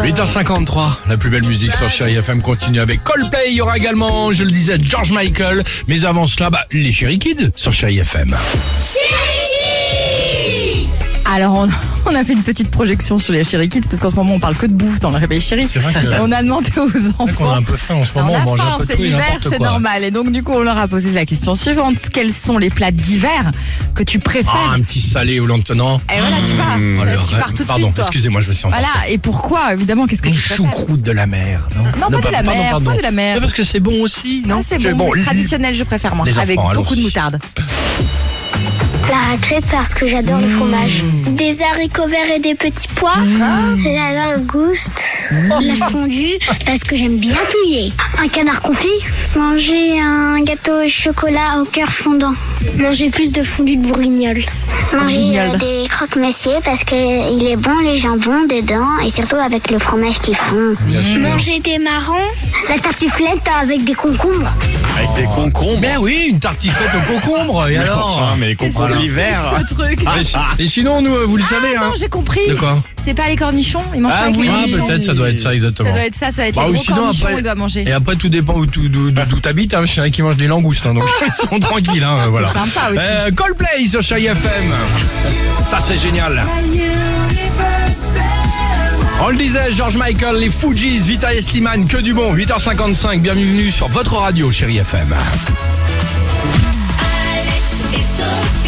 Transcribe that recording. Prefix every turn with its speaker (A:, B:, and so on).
A: 8h53, la plus belle musique sur Chérie FM continue avec Coldplay. Il y aura également, je le disais, George Michael. Mais avant cela, bah, les Chéri Kids sur Chérie FM.
B: Alors on, on a fait une petite projection sur les Chéri Kids parce qu'en ce moment on parle que de bouffe dans le réveil chéri.
A: C'est vrai que-
B: On a demandé aux
A: On a
B: enfants.
A: un peu faim en ce
B: Alors,
A: moment, on
B: la
A: mange
B: faim,
A: un peu
B: c'est
A: tout et
B: l'hiver,
A: n'importe
B: c'est
A: quoi.
B: normal. Et donc du coup on leur a posé la question suivante quels sont les plats d'hiver que tu
A: Ah,
B: préfères
A: un petit salé au lantonnant.
B: Et voilà, tu pars,
A: le
B: tu
A: rêve.
B: pars
A: Ah,
B: tout de
A: hmm, Pardon,
B: suite toi.
A: excusez-moi, je me suis emporté.
B: Voilà, et pourquoi évidemment qu'est-ce que
A: Une
B: tu préfères
A: choucroute de la mer. Non,
B: Non, pas de la
A: pardon,
B: mer,
A: pardon.
B: pas de la mer.
A: Non, parce que c'est bon aussi, non
B: Ah, c'est bon, mais
A: li-
B: traditionnel je préfère moi
A: Les
B: avec
A: enfants,
B: beaucoup de
A: allons-y.
B: moutarde.
C: La raclette parce que j'adore le fromage. Des haricots verts et des petits pois. La langouste. La fondue parce que j'aime bien touiller. Un canard confit. Manger un gâteau au chocolat au cœur fondant. Manger plus de fondue de bourguignol. Manger euh,
B: Bourguignol.
C: des croque-monsieur parce qu'il est bon les jambons dedans et surtout avec le fromage qu'ils font.
A: Bien sûr.
C: Manger des marrons. La tartiflette avec des concombres.
D: Avec des concombres.
A: Mais Ben oui, une tartiflette au concombre, et
D: Mais
A: alors
D: enfin, mais les concombres
B: Qu'est-ce que
D: l'hiver.
B: c'est que Ce truc. Ah,
A: et, si- et sinon, nous, euh, vous le savez, Ah, hein
B: Non, j'ai compris.
A: De quoi
B: C'est pas les cornichons, ils mangent
D: Ah
B: pas avec
D: oui,
B: les
A: Ah,
B: cornichons.
A: peut-être, ça doit être ça, exactement.
B: Ça doit être ça, ça va être
A: Bah,
B: les
A: ou
B: gros
A: sinon,
B: cornichons,
A: après-
B: ils doivent manger.
A: Et après, tout dépend où tu- d'où d'où- d'où t'habites. Hein. Il y en a qui mangent des langoustes, hein, donc ils sont tranquilles. Hein, voilà.
B: sympa aussi.
A: Euh, Coldplay sur Chai FM. Ça, c'est génial. On le disait, George Michael, les Fujis, Vitaly Sliman, que du bon. 8h55, bienvenue sur votre radio, chérie FM.
E: Alex et Sophie.